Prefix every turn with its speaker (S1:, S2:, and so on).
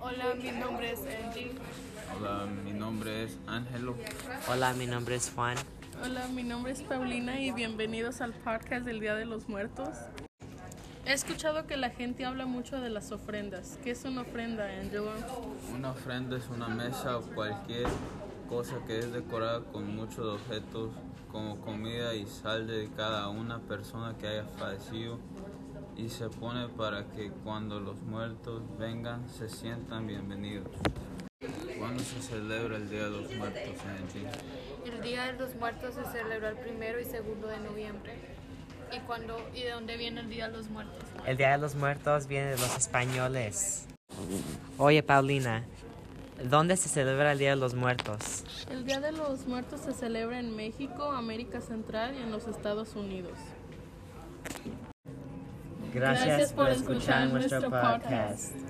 S1: Hola, mi nombre es Angie.
S2: Hola, mi nombre es Ángelo.
S3: Hola, mi nombre es Juan.
S1: Hola, mi nombre es Paulina y bienvenidos al podcast del Día de los Muertos. He escuchado que la gente habla mucho de las ofrendas. ¿Qué es una ofrenda, Angelo?
S2: Una ofrenda es una mesa o cualquier cosa que es decorada con muchos objetos como comida y sal de cada una persona que haya fallecido y se pone para que cuando los muertos vengan se sientan bienvenidos. ¿Cuándo se celebra el Día de los Muertos, Angie?
S4: El Día de los Muertos se celebra el primero y segundo de noviembre. ¿Y cuándo y de dónde viene el Día de los Muertos?
S3: El Día de los Muertos viene de los españoles. Oye, Paulina, ¿dónde se celebra el Día de los Muertos?
S1: El Día de los Muertos se celebra en México, América Central y en los Estados Unidos.
S3: Gracias,
S1: por escuchar nuestro podcast.